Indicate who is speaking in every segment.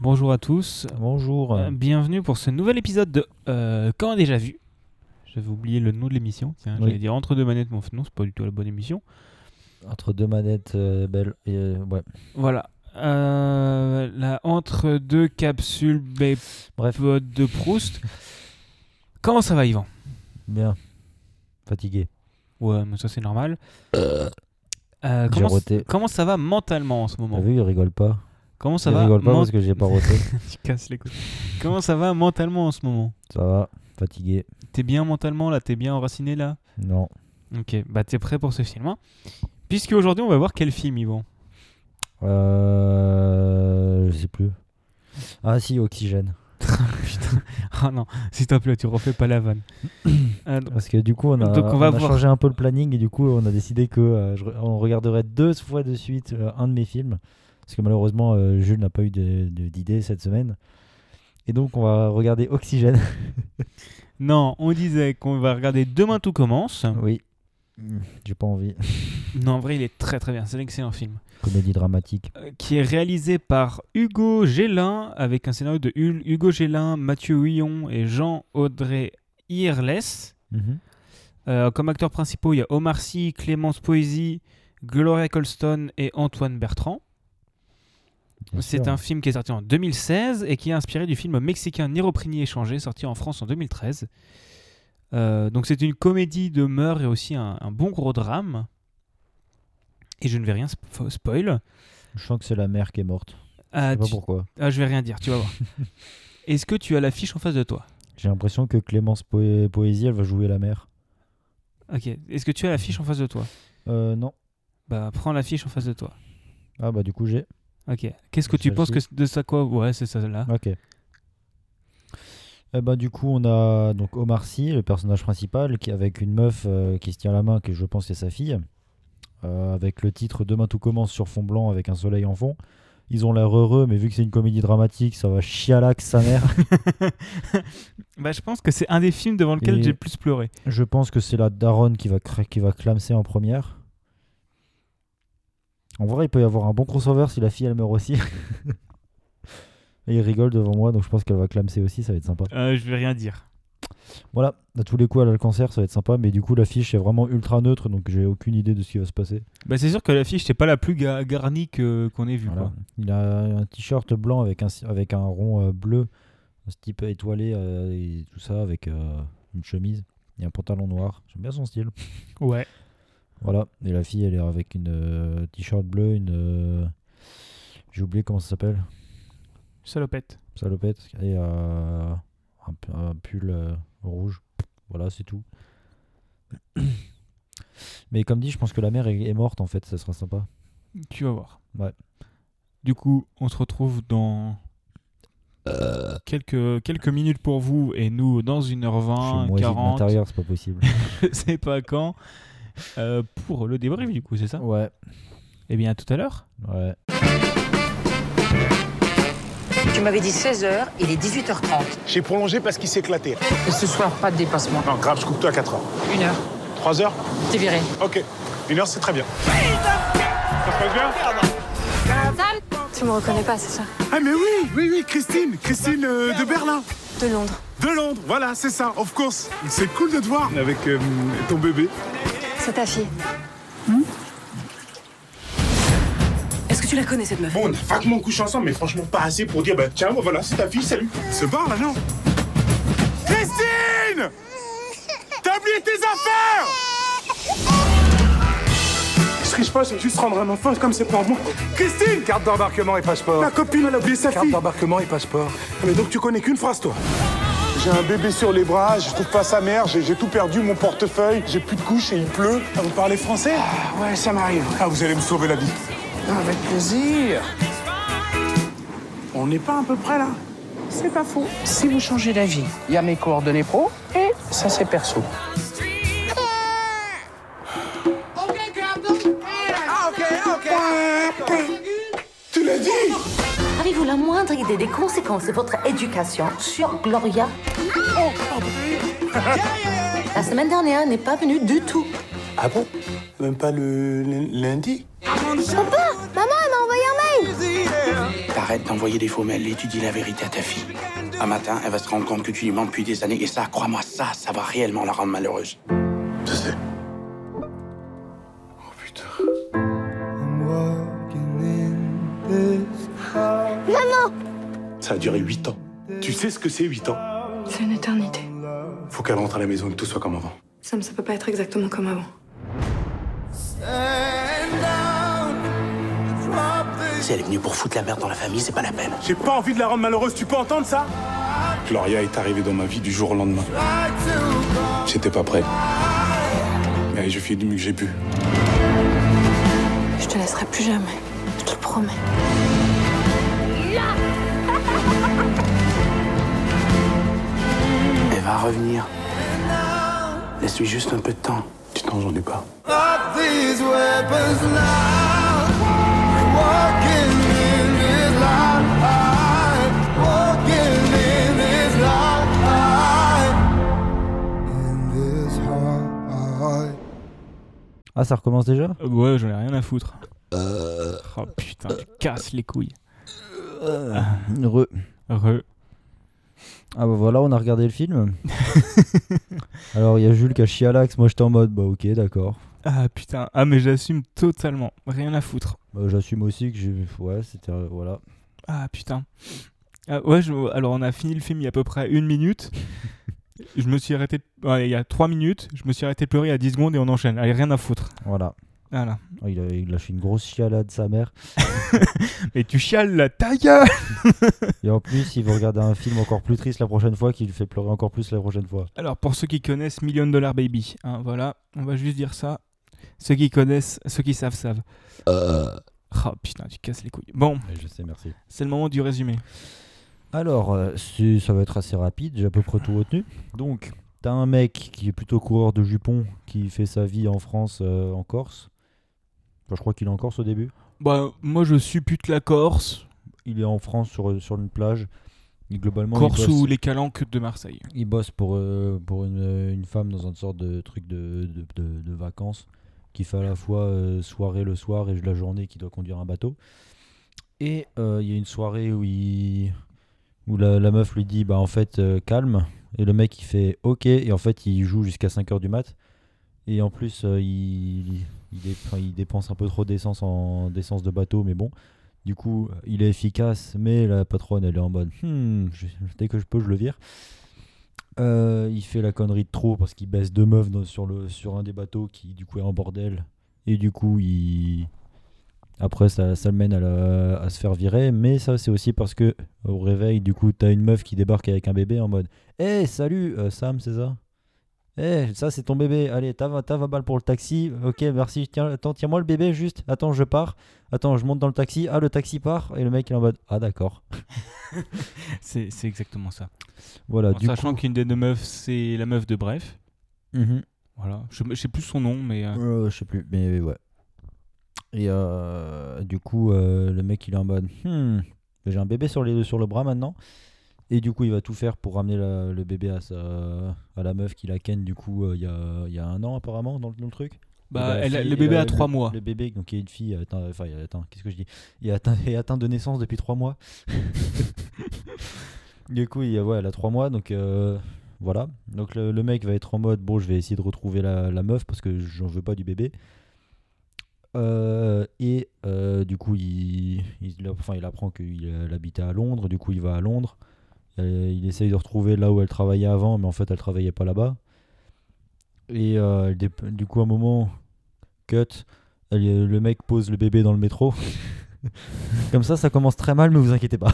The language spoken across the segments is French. Speaker 1: Bonjour à tous.
Speaker 2: Bonjour.
Speaker 1: Euh, bienvenue pour ce nouvel épisode de euh, Quand déjà vu. J'avais oublié le nom de l'émission. Tiens,
Speaker 2: Oui.
Speaker 1: j'allais dire entre deux manettes, mais en fait, non, c'est pas du tout la bonne émission.
Speaker 2: Entre deux manettes euh, belles. et, euh, ouais.
Speaker 1: Voilà. Euh, la entre deux capsules
Speaker 2: Bref.
Speaker 1: Bépode de Proust. Comment ça va, Yvan
Speaker 2: Bien. Fatigué.
Speaker 1: Ouais, mais ça c'est normal. Euh,
Speaker 2: J'ai
Speaker 1: comment, c-
Speaker 2: roté.
Speaker 1: comment ça va mentalement en ce moment
Speaker 2: T'as vu, il rigole pas.
Speaker 1: Comment ça
Speaker 2: il
Speaker 1: va
Speaker 2: rigole pas
Speaker 1: men-
Speaker 2: parce que j'ai pas roté.
Speaker 1: Tu casses les couilles. Comment ça va mentalement en ce moment
Speaker 2: Ça va. Fatigué.
Speaker 1: T'es bien mentalement là T'es bien enraciné là
Speaker 2: Non.
Speaker 1: Ok, bah t'es prêt pour ce film hein Puisque aujourd'hui on va voir quel film Yvan.
Speaker 2: Euh, je sais plus. Ah si, oxygène.
Speaker 1: Putain. Ah non, s'il te plaît, tu refais pas la vanne. Ah, non.
Speaker 2: Parce que du coup, on a,
Speaker 1: Donc, on va
Speaker 2: a
Speaker 1: voir.
Speaker 2: changé un peu le planning et du coup, on a décidé que euh, je re- on regarderait deux fois de suite euh, un de mes films. Parce que malheureusement, euh, Jules n'a pas eu de- de- d'idée cette semaine. Et donc, on va regarder Oxygène.
Speaker 1: non, on disait qu'on va regarder Demain tout commence.
Speaker 2: oui. Mm, J'ai pas envie.
Speaker 1: Non, en vrai, il est très très bien, c'est un excellent film.
Speaker 2: Comédie dramatique.
Speaker 1: Euh, qui est réalisé par Hugo Gélin, avec un scénario de Hul- Hugo Gélin, Mathieu Huillon et Jean-Audrey Hirles.
Speaker 2: Mhm.
Speaker 1: Euh, comme acteurs principaux, il y a Omar Sy, Clémence Poésy, Gloria Colston et Antoine Bertrand.
Speaker 2: Bien
Speaker 1: C'est
Speaker 2: sûr.
Speaker 1: un film qui est sorti en 2016 et qui est inspiré du film mexicain Niroprigny échangé, sorti en France en 2013. Euh, donc c'est une comédie de mœurs et aussi un, un bon gros drame. Et je ne vais rien spo- spoil.
Speaker 2: Je sens que c'est la mère qui est morte.
Speaker 1: Ah,
Speaker 2: je sais pas
Speaker 1: tu-
Speaker 2: pourquoi.
Speaker 1: ah, je vais rien dire, tu vas voir. Est-ce que tu as l'affiche en face de toi
Speaker 2: J'ai l'impression que Clémence Poé- Poésie, elle va jouer la mère.
Speaker 1: Ok. Est-ce que tu as l'affiche en face de toi
Speaker 2: Euh, non.
Speaker 1: Bah prends l'affiche en face de toi.
Speaker 2: Ah bah du coup j'ai.
Speaker 1: Ok. Qu'est-ce que tu
Speaker 2: Celle-ci.
Speaker 1: penses que c'est- de ça quoi Ouais, c'est ça là.
Speaker 2: Ok. Eh ben, du coup on a donc Omar Sy, le personnage principal, qui avec une meuf euh, qui se tient la main, qui je pense est sa fille, Euh, avec le titre Demain tout commence sur fond blanc avec un soleil en fond. Ils ont l'air heureux, mais vu que c'est une comédie dramatique, ça va chialac sa mère.
Speaker 1: Bah je pense que c'est un des films devant lequel
Speaker 2: Et-
Speaker 1: j'ai le plus pleuré.
Speaker 2: je pense que c'est la daronne qui va, cra- qui va clamser en première. En vrai, il peut y avoir un bon crossover si la fille elle meurt aussi. Et il rigole devant moi, donc je pense qu'elle va clamser aussi, ça va être sympa.
Speaker 1: Euh, je vais rien dire.
Speaker 2: Voilà, à tous les coups, elle a le cancer, ça va être sympa, mais du coup, l'affiche est vraiment ultra neutre, donc j'ai aucune idée de ce qui va se passer.
Speaker 1: Bah c'est sûr que l'affiche c'est pas la plus ga- garnie que qu'on ait vue.
Speaker 2: Voilà.
Speaker 1: quoi.
Speaker 2: Il a un t-shirt blanc avec un, ci- avec un rond euh, bleu, ce type étoilé euh, et tout ça, avec euh, une chemise et un pantalon noir. J'aime bien son style.
Speaker 1: Ouais.
Speaker 2: Voilà, et la fille elle est avec une euh, t-shirt bleu, une. euh, J'ai oublié comment ça s'appelle,
Speaker 1: Salopette.
Speaker 2: salopette, et euh, un, p- un pull euh, rouge. Voilà, c'est tout. Mais comme dit, je pense que la mère est, est morte en fait, ça sera sympa.
Speaker 1: Tu vas voir.
Speaker 2: Ouais.
Speaker 1: Du coup, on se retrouve dans quelques quelques minutes pour vous et nous dans
Speaker 2: je suis
Speaker 1: 1h20,
Speaker 2: moisi de
Speaker 1: 40.
Speaker 2: l'intérieur, c'est pas possible.
Speaker 1: je sais pas quand, euh, pour le débrief du coup, c'est ça
Speaker 2: ouais,
Speaker 1: Eh bien, à tout à l'heure.
Speaker 2: ouais.
Speaker 3: Tu m'avais dit 16h, il est 18h30.
Speaker 4: J'ai prolongé parce qu'il s'éclatait.
Speaker 3: Et ce soir, pas de dépassement.
Speaker 4: Non, grave, je coupe toi à 4 heures.
Speaker 3: Une heure,
Speaker 4: 3 heures
Speaker 3: t'es viré.
Speaker 4: Ok. Une heure, c'est très bien. Ça se passe bien
Speaker 5: Tu me reconnais pas, c'est ça
Speaker 4: Ah, mais oui, oui, oui, Christine. Christine euh, de Berlin.
Speaker 5: De Londres.
Speaker 4: De Londres, voilà, c'est ça, of course. C'est cool de te voir. Avec euh, ton bébé.
Speaker 5: C'est ta fille.
Speaker 3: Hmm Est-ce que tu la connais cette meuf
Speaker 4: Bon, on a vaguement couché ensemble, mais franchement, pas assez pour dire, bah tiens, voilà, c'est ta fille, salut. Se barre là, non Christine T'as oublié tes affaires Ce que je pense, c'est juste rendre un enfant comme c'est pour moi. Christine
Speaker 6: Carte d'embarquement et passeport.
Speaker 4: Ma copine, elle a oublié sa
Speaker 6: Carte
Speaker 4: fille.
Speaker 6: d'embarquement et passeport.
Speaker 4: Mais donc tu connais qu'une phrase toi J'ai un bébé sur les bras, je trouve pas sa mère, j'ai j'ai tout perdu, mon portefeuille, j'ai plus de couches et il pleut. Ah, vous parlez français
Speaker 6: Ouais, ça m'arrive.
Speaker 4: Ah vous allez me sauver la vie.
Speaker 6: Avec plaisir. On n'est pas à peu près là
Speaker 3: C'est pas fou. Si vous changez d'avis,
Speaker 6: Il y a mes coordonnées pro et ça c'est perso.
Speaker 4: Tu l'as dit
Speaker 7: Avez-vous la moindre idée des conséquences de votre éducation sur Gloria La semaine dernière n'est pas venue du tout.
Speaker 4: Ah bon Même pas le lundi
Speaker 5: Papa Maman, elle m'a envoyé un mail
Speaker 6: T'as Arrête d'envoyer des faux mails et tu dis la vérité à ta fille. Un matin, elle va se rendre compte que tu lui mens depuis des années et ça, crois-moi, ça, ça va réellement la rendre malheureuse.
Speaker 4: Je sais. Oh putain. Ça a duré 8 ans. Tu sais ce que c'est 8 ans
Speaker 5: C'est une éternité.
Speaker 4: Faut qu'elle rentre à la maison et que tout soit comme avant.
Speaker 5: Sam, ça peut pas être exactement comme avant.
Speaker 6: Si elle est venue pour foutre la merde dans la famille, c'est pas la peine.
Speaker 4: J'ai pas envie de la rendre malheureuse, tu peux entendre ça Gloria est arrivée dans ma vie du jour au lendemain. J'étais pas prêt. Mais je fais du mieux que j'ai pu.
Speaker 5: Je te laisserai plus jamais. Je te le promets.
Speaker 6: Elle va revenir. Laisse-lui juste un peu de temps. Tu t'en ai pas.
Speaker 2: Ah, ça recommence déjà
Speaker 1: Euh, Ouais, j'en ai rien à foutre. Oh putain, tu casses les couilles.
Speaker 2: Heureux.
Speaker 1: Re.
Speaker 2: Ah bah voilà, on a regardé le film. Alors il y a Jules qui a chialax, moi j'étais en mode bah ok d'accord.
Speaker 1: Ah putain, ah mais j'assume totalement. Rien à foutre.
Speaker 2: Bah, J'assume aussi que j'ai... Ouais, c'était... euh, voilà.
Speaker 1: Ah putain. Ah, ouais, je- alors on a fini le film il y a à peu près une minute. je me suis arrêté. ouais, il y a trois minutes. Je me suis arrêté de pleurer à 10 secondes et on enchaîne. Allez, rien à foutre.
Speaker 2: Voilà.
Speaker 1: Voilà.
Speaker 2: Oh, il, a, il lâche une grosse chialade sa mère.
Speaker 1: Et tu chiales la ta gueule
Speaker 2: Et en plus, il va regarder un film encore plus triste la prochaine fois qui le fait pleurer encore plus la prochaine fois.
Speaker 1: Alors pour ceux qui connaissent Million Dollar Baby, hein, voilà, on va juste dire ça. Ceux qui connaissent, ceux qui savent, savent. Oh putain, tu casses les couilles. Bon,
Speaker 2: je sais, merci.
Speaker 1: c'est le moment du résumé.
Speaker 2: Alors, euh, c'est- ça va être assez rapide, j'ai à peu près tout retenu. Donc, t'as un mec qui est plutôt coureur de jupons, qui fait sa vie en France, euh, en Corse. Enfin, je crois qu'il est en Corse au début.
Speaker 1: Bah, moi je suppute la Corse,
Speaker 2: Il est en France sur, sur une plage. Et globalement,
Speaker 1: Corse
Speaker 2: il bosse,
Speaker 1: ou les calanques de Marseille.
Speaker 2: il bosse pour, euh, pour une, une femme dans une sorte de truc de, de, de- de vacances qui fait à la fois euh, soirée le soir et la journée qui doit conduire un bateau. Et euh, il y a une soirée où, il, où la, la meuf lui dit bah en fait euh, calme et le mec il fait ok et en fait il joue jusqu'à 5h du mat et en plus euh, il, il, dé- enfin, il dépense un peu trop d'essence en d'essence de bateau mais bon du coup il est efficace mais la patronne elle est en mode Hmm, je- dès que je peux je le vire Euh, il fait la connerie de trop parce qu'il baisse deux meufs dans- sur, le, sur un des bateaux qui du coup est en bordel et du coup il après ça, ça le mène à, la- à se faire virer mais ça c'est aussi parce que au réveil du coup t'as une meuf qui débarque avec un bébé en mode Eh salut euh, Sam c'est ça Eh ça c'est ton bébé allez t'as 20, t'as 20 balles pour le taxi ok merci tiens attends tiens moi le bébé juste attends je pars attends je monte dans le taxi ah le taxi part et le mec il est en mode ah d'accord
Speaker 1: C'est c'est exactement ça.
Speaker 2: voilà
Speaker 1: en
Speaker 2: du coup
Speaker 1: sachant qu'une des deux meufs, c'est la meuf de Bref.
Speaker 2: Mhm.
Speaker 1: Voilà, je, je sais plus son nom, mais. euh,
Speaker 2: Euh, je sais plus, mais ouais. Et euh, du coup, euh, le mec, il est en mode Hmm, j'ai un bébé sur, les, sur le bras maintenant. Et du coup, il va tout faire pour ramener la- le bébé à, sa, à la meuf qui la ken, du coup, euh, il y, a, il y a un an apparemment dans, le- dans le truc.
Speaker 1: bah,
Speaker 2: Et la
Speaker 1: elle a-
Speaker 2: fille-
Speaker 1: le
Speaker 2: et
Speaker 1: bébé
Speaker 2: la-
Speaker 1: a 3 mois.
Speaker 2: euh, Le bébé, donc il y a une fille, atteint, enfin, il a atteint, qu'est-ce que je dis Il a atteint, est atteint de naissance depuis 3 mois. du coup, il, y a- ouais, elle a 3 mois, donc euh, voilà. Donc le, le mec va être en mode bon, je vais essayer de retrouver la, la meuf parce que j'en veux pas du bébé. Euh, et euh, du coup, il, il, enfin, il apprend qu'il euh, elle habitait à Londres, du coup, il va à Londres. Euh, il essaye de retrouver là où elle travaillait avant, mais en fait, elle travaillait pas là-bas. Et euh, elle dép- du coup, à un moment, cut, elle, euh, le mec pose le bébé dans le métro. Comme ça, ça commence très mal, mais vous inquiétez pas.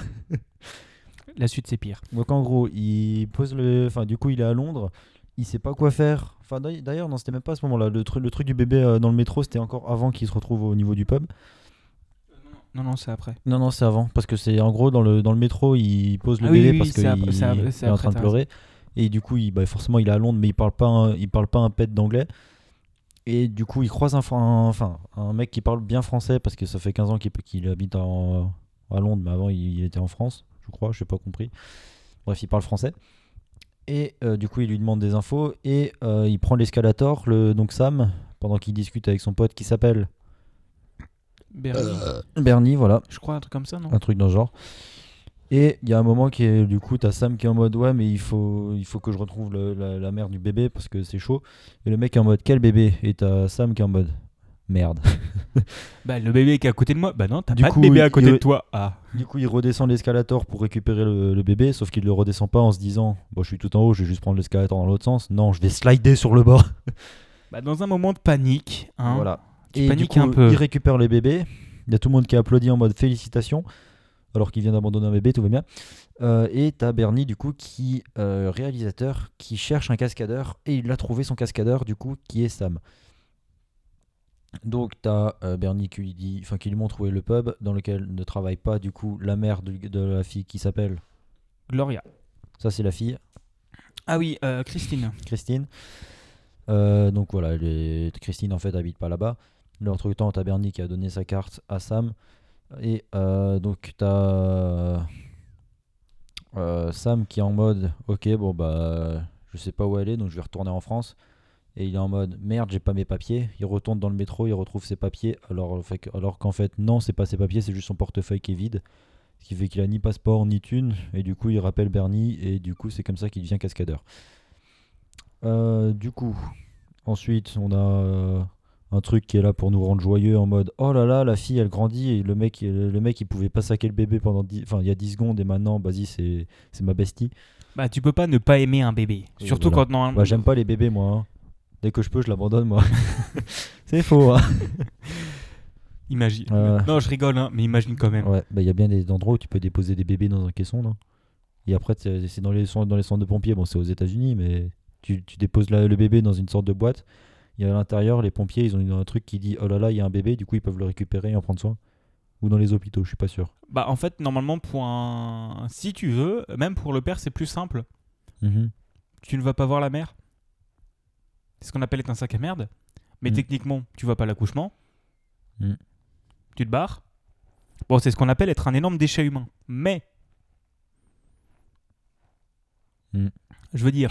Speaker 1: La suite, c'est pire.
Speaker 2: Donc en gros, il pose le, enfin du coup il est à Londres, il sait pas quoi faire. Enfin d'ailleurs- d'ailleurs non c'était même pas à ce moment-là. Le truc, le truc du bébé euh, dans le métro c'était encore avant qu'il se retrouve au niveau du pub.
Speaker 1: Non, non, c'est après.
Speaker 2: Non non c'est avant parce que c'est en gros dans le dans le métro il pose le
Speaker 1: Ah oui,
Speaker 2: bébé
Speaker 1: oui,
Speaker 2: parce
Speaker 1: oui, c'est ap-
Speaker 2: qu'il
Speaker 1: c'est ap-
Speaker 2: il
Speaker 1: c'est
Speaker 2: est en
Speaker 1: après,
Speaker 2: train de
Speaker 1: t'as
Speaker 2: pleurer et du coup il, bah, forcément il est à Londres mais il parle pas un, il parle pas un pet d'anglais et du coup il croise un, Fran- un- enfin un mec qui parle bien français parce que ça fait 15 ans qu'il qu'il habite en- à Londres mais avant il, il était en France je crois je sais pas compris bref il parle français et euh, du coup il lui demande des infos et euh, il prend l'escalator le donc Sam pendant qu'il discute avec son pote qui s'appelle
Speaker 1: Bernie,
Speaker 2: Bernie, voilà,
Speaker 1: je crois, un truc comme ça, non
Speaker 2: un truc dans le genre. Et il y a un moment qui est, du coup, t'as Sam qui est en mode ouais, mais il faut, il faut que je retrouve le- la, la mère du bébé parce que c'est chaud. Et le mec est en mode quel bébé Et t'as Sam qui est en mode merde.
Speaker 1: Bah, le bébé qui est à côté de moi. Bah non, t'as
Speaker 2: Du
Speaker 1: pas
Speaker 2: coup,
Speaker 1: de bébé à
Speaker 2: il-
Speaker 1: côté
Speaker 2: il-
Speaker 1: de toi. Ah.
Speaker 2: Du coup, il redescend l'escalator pour récupérer le, le bébé, sauf qu'il le redescend pas en se disant bon, je suis tout en haut, je vais juste prendre l'escalator dans l'autre sens. Non, je vais slider sur le bord.
Speaker 1: Bah, dans un moment de panique, hein,
Speaker 2: voilà.
Speaker 1: Tu
Speaker 2: Et du
Speaker 1: paniques
Speaker 2: coup,
Speaker 1: un peu.
Speaker 2: il récupère les bébés. Il y a tout le monde qui applaudit en mode félicitations, alors qu'il vient d'abandonner un bébé, tout va bien. Euh, et t'as Bernie, du coup, qui euh, réalisateur, qui cherche un cascadeur et il a trouvé son cascadeur, du coup, qui est Sam. Donc t'as euh, Bernie qui lui dit, enfin qui lui montre où est le pub dans lequel ne travaille pas, du coup, la mère de, de la fille qui s'appelle,
Speaker 1: Gloria.
Speaker 2: ça c'est la fille,
Speaker 1: Ah oui, euh, Christine.
Speaker 2: Christine. Euh, donc voilà, les- Christine en fait habite pas là-bas. Mais entre temps, t'as Bernie qui a donné sa carte à Sam. Et euh, donc t'as euh, Sam qui est en mode Ok, bon bah je sais pas où elle est donc je vais retourner en France. Et il est en mode Merde, j'ai pas mes papiers. Il retourne dans le métro, il retrouve ses papiers. Alors, fait que- alors qu'en fait, non, c'est pas ses papiers, c'est juste son portefeuille qui est vide. Ce qui fait qu'il a ni passeport ni thune. Et du coup, il rappelle Bernie. Et du coup, c'est comme ça qu'il devient cascadeur. Euh, du coup, ensuite, on a euh, un truc qui est là pour nous rendre joyeux en mode oh là là, la fille elle grandit et le mec, il- le mec il pouvait pas saquer le bébé pendant 10 enfin, il y a 10 secondes et maintenant, bah, vas-y, c'est c'est ma bestie.
Speaker 1: Bah, tu peux pas ne pas aimer un bébé.
Speaker 2: Oui,
Speaker 1: Surtout
Speaker 2: voilà.
Speaker 1: quand. Non,
Speaker 2: Bah, j'aime pas les bébés moi. hein. Dès que je peux, je l'abandonne moi. c'est faux. hein.
Speaker 1: Imagine.
Speaker 2: Euh.
Speaker 1: Non, je rigole, hein, mais imagine quand même.
Speaker 2: Ouais, bah, il y a bien des endroits où tu peux déposer des bébés dans un caisson là. Et après, c'est c'est dans les, cen- dans les centres de pompiers. Bon, c'est aux États-Unis, mais tu, tu déposes la- le bébé dans une sorte de boîte. Il y a à l'intérieur, les pompiers, ils ont une- un truc qui dit Oh là là, il y a un bébé, du coup, ils peuvent le récupérer et en prendre soin. Ou dans les hôpitaux, je suis pas sûr.
Speaker 1: Bah, en fait, normalement, pour un. Si tu veux, même pour le père, c'est plus simple. Tu ne vas pas voir la mère. C'est ce qu'on appelle être un sac à merde. Mais
Speaker 2: Mm.
Speaker 1: techniquement, tu vas pas à l'accouchement.
Speaker 2: Mm.
Speaker 1: Tu te barres. Bon, c'est ce qu'on appelle être un énorme déchet humain. Mais.
Speaker 2: Mm.
Speaker 1: Je veux dire,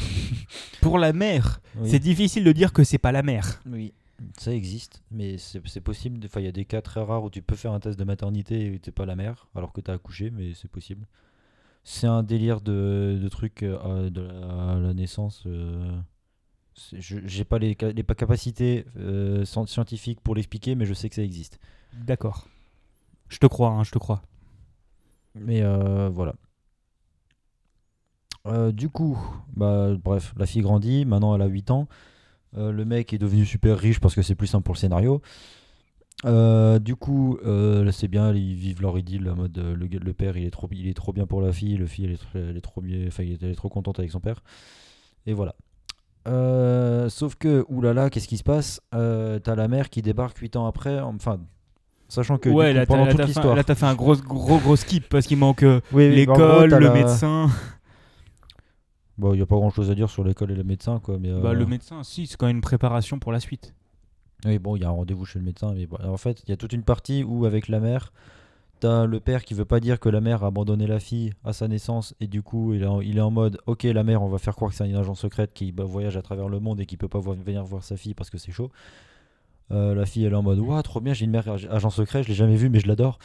Speaker 1: pour la mère, c'est difficile de dire que c'est pas la mère.
Speaker 2: Oui, ça existe, mais c'est c'est possible. Enfin, il y a des cas très rares où tu peux faire un test de maternité et t'es pas la mère, alors que t'as accouché, mais c'est possible. C'est un délire de, de trucs euh, de la, à la naissance. euh, c'est- je- J'ai pas les, ca- les pa- capacités euh, scien- scientifiques pour l'expliquer, mais je sais que ça existe.
Speaker 1: D'accord. Je te crois, hein, je te crois.
Speaker 2: Mais euh, voilà. Euh, du coup, bah, bref, la fille grandit, maintenant elle a 8 ans. Euh, le mec est devenu super riche parce que c'est plus simple pour le scénario. Euh, du coup, euh, là, c'est bien, ils vivent leur idylle en mode euh, le, gars- le père il est, trop, il est trop bien pour la fille, le fille elle est, tr- elle est trop bien, enfin il est- elle est trop contente avec son père. Et voilà. Euh, sauf que, oulala, qu'est-ce qui se passe Euh, T'as la mère qui débarque 8 ans après, enfin, sachant que du
Speaker 1: ouais,
Speaker 2: coup,
Speaker 1: là, t'as-
Speaker 2: pendant
Speaker 1: là,
Speaker 2: toute
Speaker 1: t'as fait, un-
Speaker 2: l'histoire.
Speaker 1: là, t'as fait un gros, gros, gros skip parce qu'il manque euh,
Speaker 2: Oui, oui, en gros,
Speaker 1: l'école,
Speaker 2: t'as
Speaker 1: le
Speaker 2: la-
Speaker 1: médecin.
Speaker 2: Bon, il n'y a pas grand chose à dire sur l'école et le médecin, quoi. Mais,
Speaker 1: Bah,
Speaker 2: euh,
Speaker 1: le médecin, si, c'est quand même une préparation pour la suite.
Speaker 2: Oui, bon, il y a un rendez-vous chez le médecin, mais bon, en fait, il y a toute une partie où, avec la mère, t'as le père qui veut pas dire que la mère a abandonné la fille à sa naissance, et du coup, il est en, il est en mode Ok, la mère, on va faire croire que c'est une agent secrète qui bah, voyage à travers le monde et qui peut pas vo- venir voir sa fille parce que c'est chaud. Euh, la fille, elle est en mode Ouah, trop bien, j'ai une mère ag- agent secret, je l'ai jamais vue, mais je l'adore.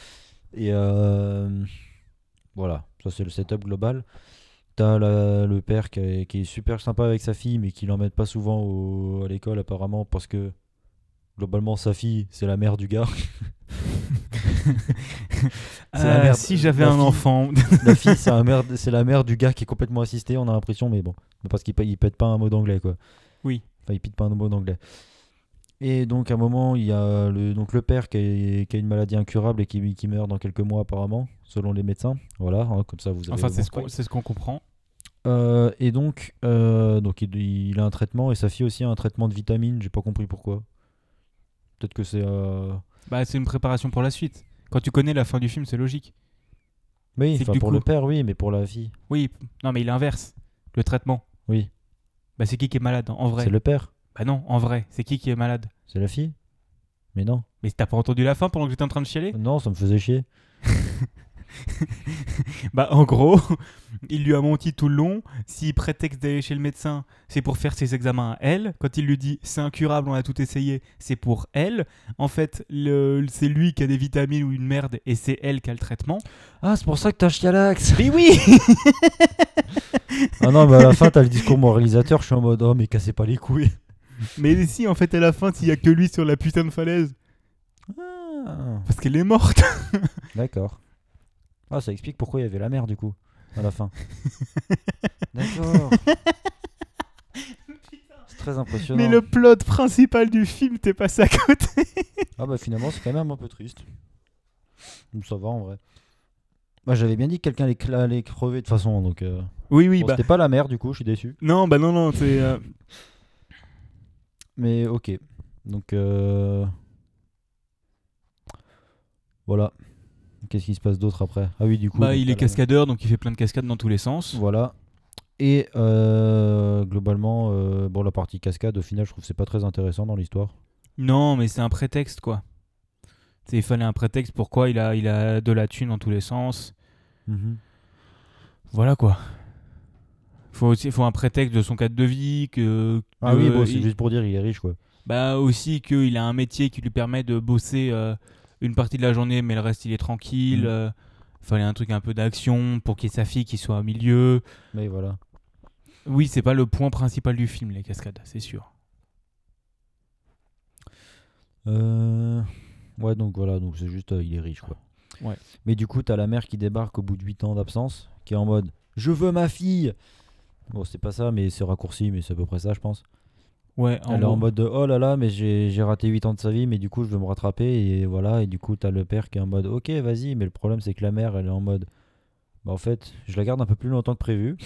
Speaker 2: Et euh, voilà, ça c'est le setup global. T'as la- le père qui est, qui est super sympa avec sa fille, mais qui l'emmène pas souvent au- à l'école apparemment parce que globalement sa fille c'est la mère du gars. C'est la
Speaker 1: Euh,
Speaker 2: merde.
Speaker 1: si j'avais
Speaker 2: La
Speaker 1: un
Speaker 2: fille-
Speaker 1: enfant.
Speaker 2: la fille c'est la mère, c'est la mère du gars qui est complètement assisté, on a l'impression, mais bon, Mais parce qu'il pa- il pète pas un mot d'anglais quoi.
Speaker 1: Oui.
Speaker 2: Enfin, il pète pas un mot d'anglais. Et donc à un moment il y a le, donc le père qui est- qui a, une maladie incurable et qui, qui meurt dans quelques mois apparemment, selon les médecins. Voilà, hein, comme ça vous avez.
Speaker 1: enfin,
Speaker 2: vos
Speaker 1: c'est ce
Speaker 2: spoils.
Speaker 1: qu'on c'est ce qu'on comprend.
Speaker 2: Euh, et donc, euh, donc il, il a un traitement et sa fille aussi a un traitement de vitamine. J'ai pas compris pourquoi. Peut-être que c'est. euh,
Speaker 1: Bah, c'est une préparation pour la suite. Quand tu connais la fin du film, c'est logique.
Speaker 2: Oui,
Speaker 1: C'est que
Speaker 2: enfin,
Speaker 1: du
Speaker 2: pour
Speaker 1: coup-
Speaker 2: le père, oui, mais pour la fille,
Speaker 1: Oui, p- non, mais il inverse le traitement.
Speaker 2: Oui.
Speaker 1: Bah, c'est qui qui est malade en vrai
Speaker 2: c'est le père,
Speaker 1: Bah, non, en vrai, c'est qui qui est malade
Speaker 2: c'est la fille. Mais non,
Speaker 1: Mais t'as pas entendu la fin pendant que j'étais en train de chialer
Speaker 2: non, ça me faisait chier.
Speaker 1: Bah, en gros, il lui a menti tout le long. S'il prétexte d'aller chez le médecin, c'est pour faire ses examens à elle. Quand il lui dit c'est incurable, on a tout essayé, c'est pour elle. En fait, le- c'est lui qui a des vitamines ou une merde et c'est elle qui a le traitement.
Speaker 2: Ah, c'est pour ça que t'as un chialax
Speaker 1: Mais oui
Speaker 2: Ah non, mais à la fin, t'as le discours moralisateur, je suis en mode, oh, mais cassez pas les couilles.
Speaker 1: Mais si, en fait, à la fin, s'il y a que lui sur la putain de falaise, parce qu'elle est morte.
Speaker 2: D'accord. Ah, ça explique pourquoi il y avait la mer, du coup, à la fin. D'accord. C'est très impressionnant.
Speaker 1: Mais le plot principal du film, t'es passé à côté.
Speaker 2: Ah bah finalement c'est quand même un peu triste. Donc ça va en vrai. Bah j'avais bien dit que quelqu'un allait, cla- allait crever de toute façon donc euh,
Speaker 1: Oui, oui,
Speaker 2: bon,
Speaker 1: bah.
Speaker 2: c'était pas la mère du coup je suis déçu.
Speaker 1: Non, bah non, non, c'est. euh,
Speaker 2: Mais ok donc euh, voilà. Qu'est-ce qui se passe d'autre après Ah oui du coup.
Speaker 1: Bah,
Speaker 2: donc,
Speaker 1: il
Speaker 2: t'as
Speaker 1: est
Speaker 2: la-
Speaker 1: cascadeur, donc il fait plein de cascades dans tous les sens.
Speaker 2: Voilà. Et euh, globalement euh, bon la partie cascade au final je trouve que c'est pas très intéressant dans l'histoire.
Speaker 1: Non, mais c'est un prétexte, quoi. C'est- Il fallait un prétexte pourquoi il a, il a de la thune dans tous les sens. Mhm. Voilà, quoi. Faut aussi faut un prétexte de son cadre de vie, que.
Speaker 2: Ah
Speaker 1: que
Speaker 2: oui bon c'est
Speaker 1: Euh, il-
Speaker 2: juste pour dire il est riche quoi.
Speaker 1: Bah, aussi qu'il a un métier qui lui permet de bosser euh, une partie de la journée, mais le reste, il est tranquille.
Speaker 2: Mm.
Speaker 1: euh, fallait un truc un peu d'action pour qu'il y ait sa fille qui soit au milieu.
Speaker 2: Mais voilà.
Speaker 1: Oui, c'est pas le point principal du film, les cascades, c'est sûr.
Speaker 2: Euh, Ouais, donc voilà, donc c'est juste, euh, il est riche quoi.
Speaker 1: Ouais.
Speaker 2: Mais du coup, t'as la mère qui débarque au bout de 8 ans d'absence, qui est en mode Je veux ma fille Bon, c'est pas ça, mais c'est raccourci, mais c'est à peu près ça, je pense.
Speaker 1: Ouais, en
Speaker 2: Elle est en
Speaker 1: gros.
Speaker 2: mode Oh là là, mais j'ai j'ai raté 8 ans de sa vie, mais du coup, je veux me rattraper, et voilà. Et du coup, t'as le père qui est en mode Ok, vas-y, mais le problème, c'est que la mère, elle est en mode Bah, en fait, je la garde un peu plus longtemps que prévu.